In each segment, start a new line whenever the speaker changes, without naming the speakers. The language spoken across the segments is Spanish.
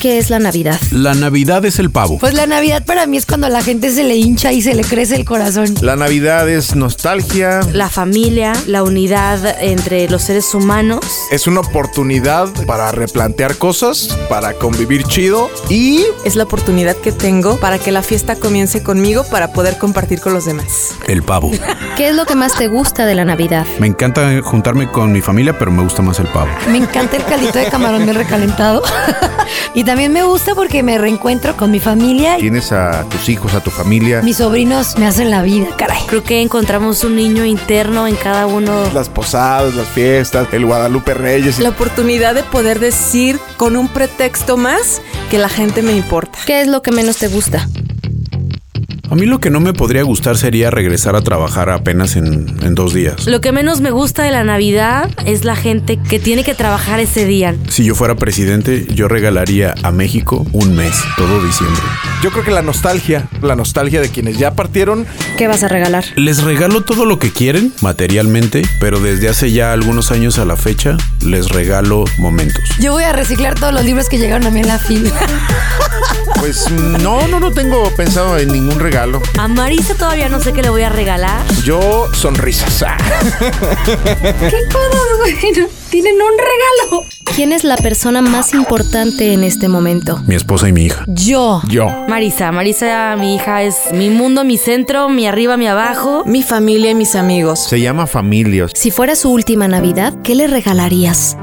¿qué es la Navidad?
La Navidad es el pavo.
Pues la Navidad para mí es cuando la gente se le hincha y se le crece el corazón.
La Navidad es nostalgia.
La familia, la unidad entre los seres humanos.
Es una oportunidad para replantear cosas, para convivir chido y
Es la oportunidad que tengo para que la fiesta comience conmigo para poder compartir con los demás.
El pavo.
¿Qué es lo que más te gusta de la Navidad?
Me encanta juntarme con mi familia, pero me gusta más el pavo.
Me encanta el caldito de camarón bien recalentado. y también me gusta porque me reencuentro con mi familia. y
tienes a tus hijos, a tu familia.
Mis sobrinos me hacen la vida, caray.
Creo que encontramos un niño interno en cada uno.
Las posadas, las fiestas, el Guadalupe Reyes.
La oportunidad de poder decir con un pretexto más que la gente me importa.
¿Qué es lo que menos te gusta?
A mí lo que no me podría gustar sería regresar a trabajar apenas en, en dos días.
Lo que menos me gusta de la Navidad es la gente que tiene que trabajar ese día.
Si yo fuera presidente, yo regalaría a México un mes, todo diciembre.
Yo creo que la nostalgia, la nostalgia de quienes ya partieron.
¿Qué vas a regalar?
Les regalo todo lo que quieren materialmente, pero desde hace ya algunos años a la fecha les regalo momentos.
Yo voy a reciclar todos los libros que llegaron a mí en la fila.
Pues no, no, no tengo pensado en ningún regalo.
A Marisa todavía no sé qué le voy a regalar.
Yo sonrisas. Ah.
¿Qué cosas, güey? No, Tienen un regalo.
¿Quién es la persona más importante en este momento?
Mi esposa y mi hija.
Yo.
Yo.
Marisa, Marisa, mi hija, es mi mundo, mi centro, mi arriba, mi abajo.
Mi familia y mis amigos.
Se llama familias.
Si fuera su última Navidad, ¿qué le regalarías?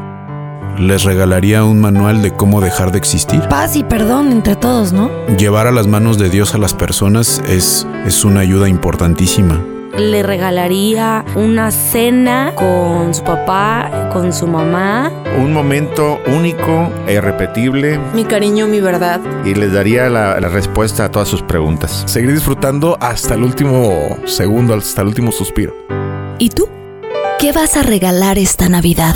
Les regalaría un manual de cómo dejar de existir.
Paz y perdón entre todos, ¿no?
Llevar a las manos de Dios a las personas es, es una ayuda importantísima.
Le regalaría una cena con su papá, con su mamá.
Un momento único e irrepetible
Mi cariño, mi verdad.
y les daría la, la respuesta a todas sus preguntas. Seguir disfrutando hasta el último segundo, hasta el último suspiro.
¿Y tú? ¿Qué vas a regalar esta Navidad?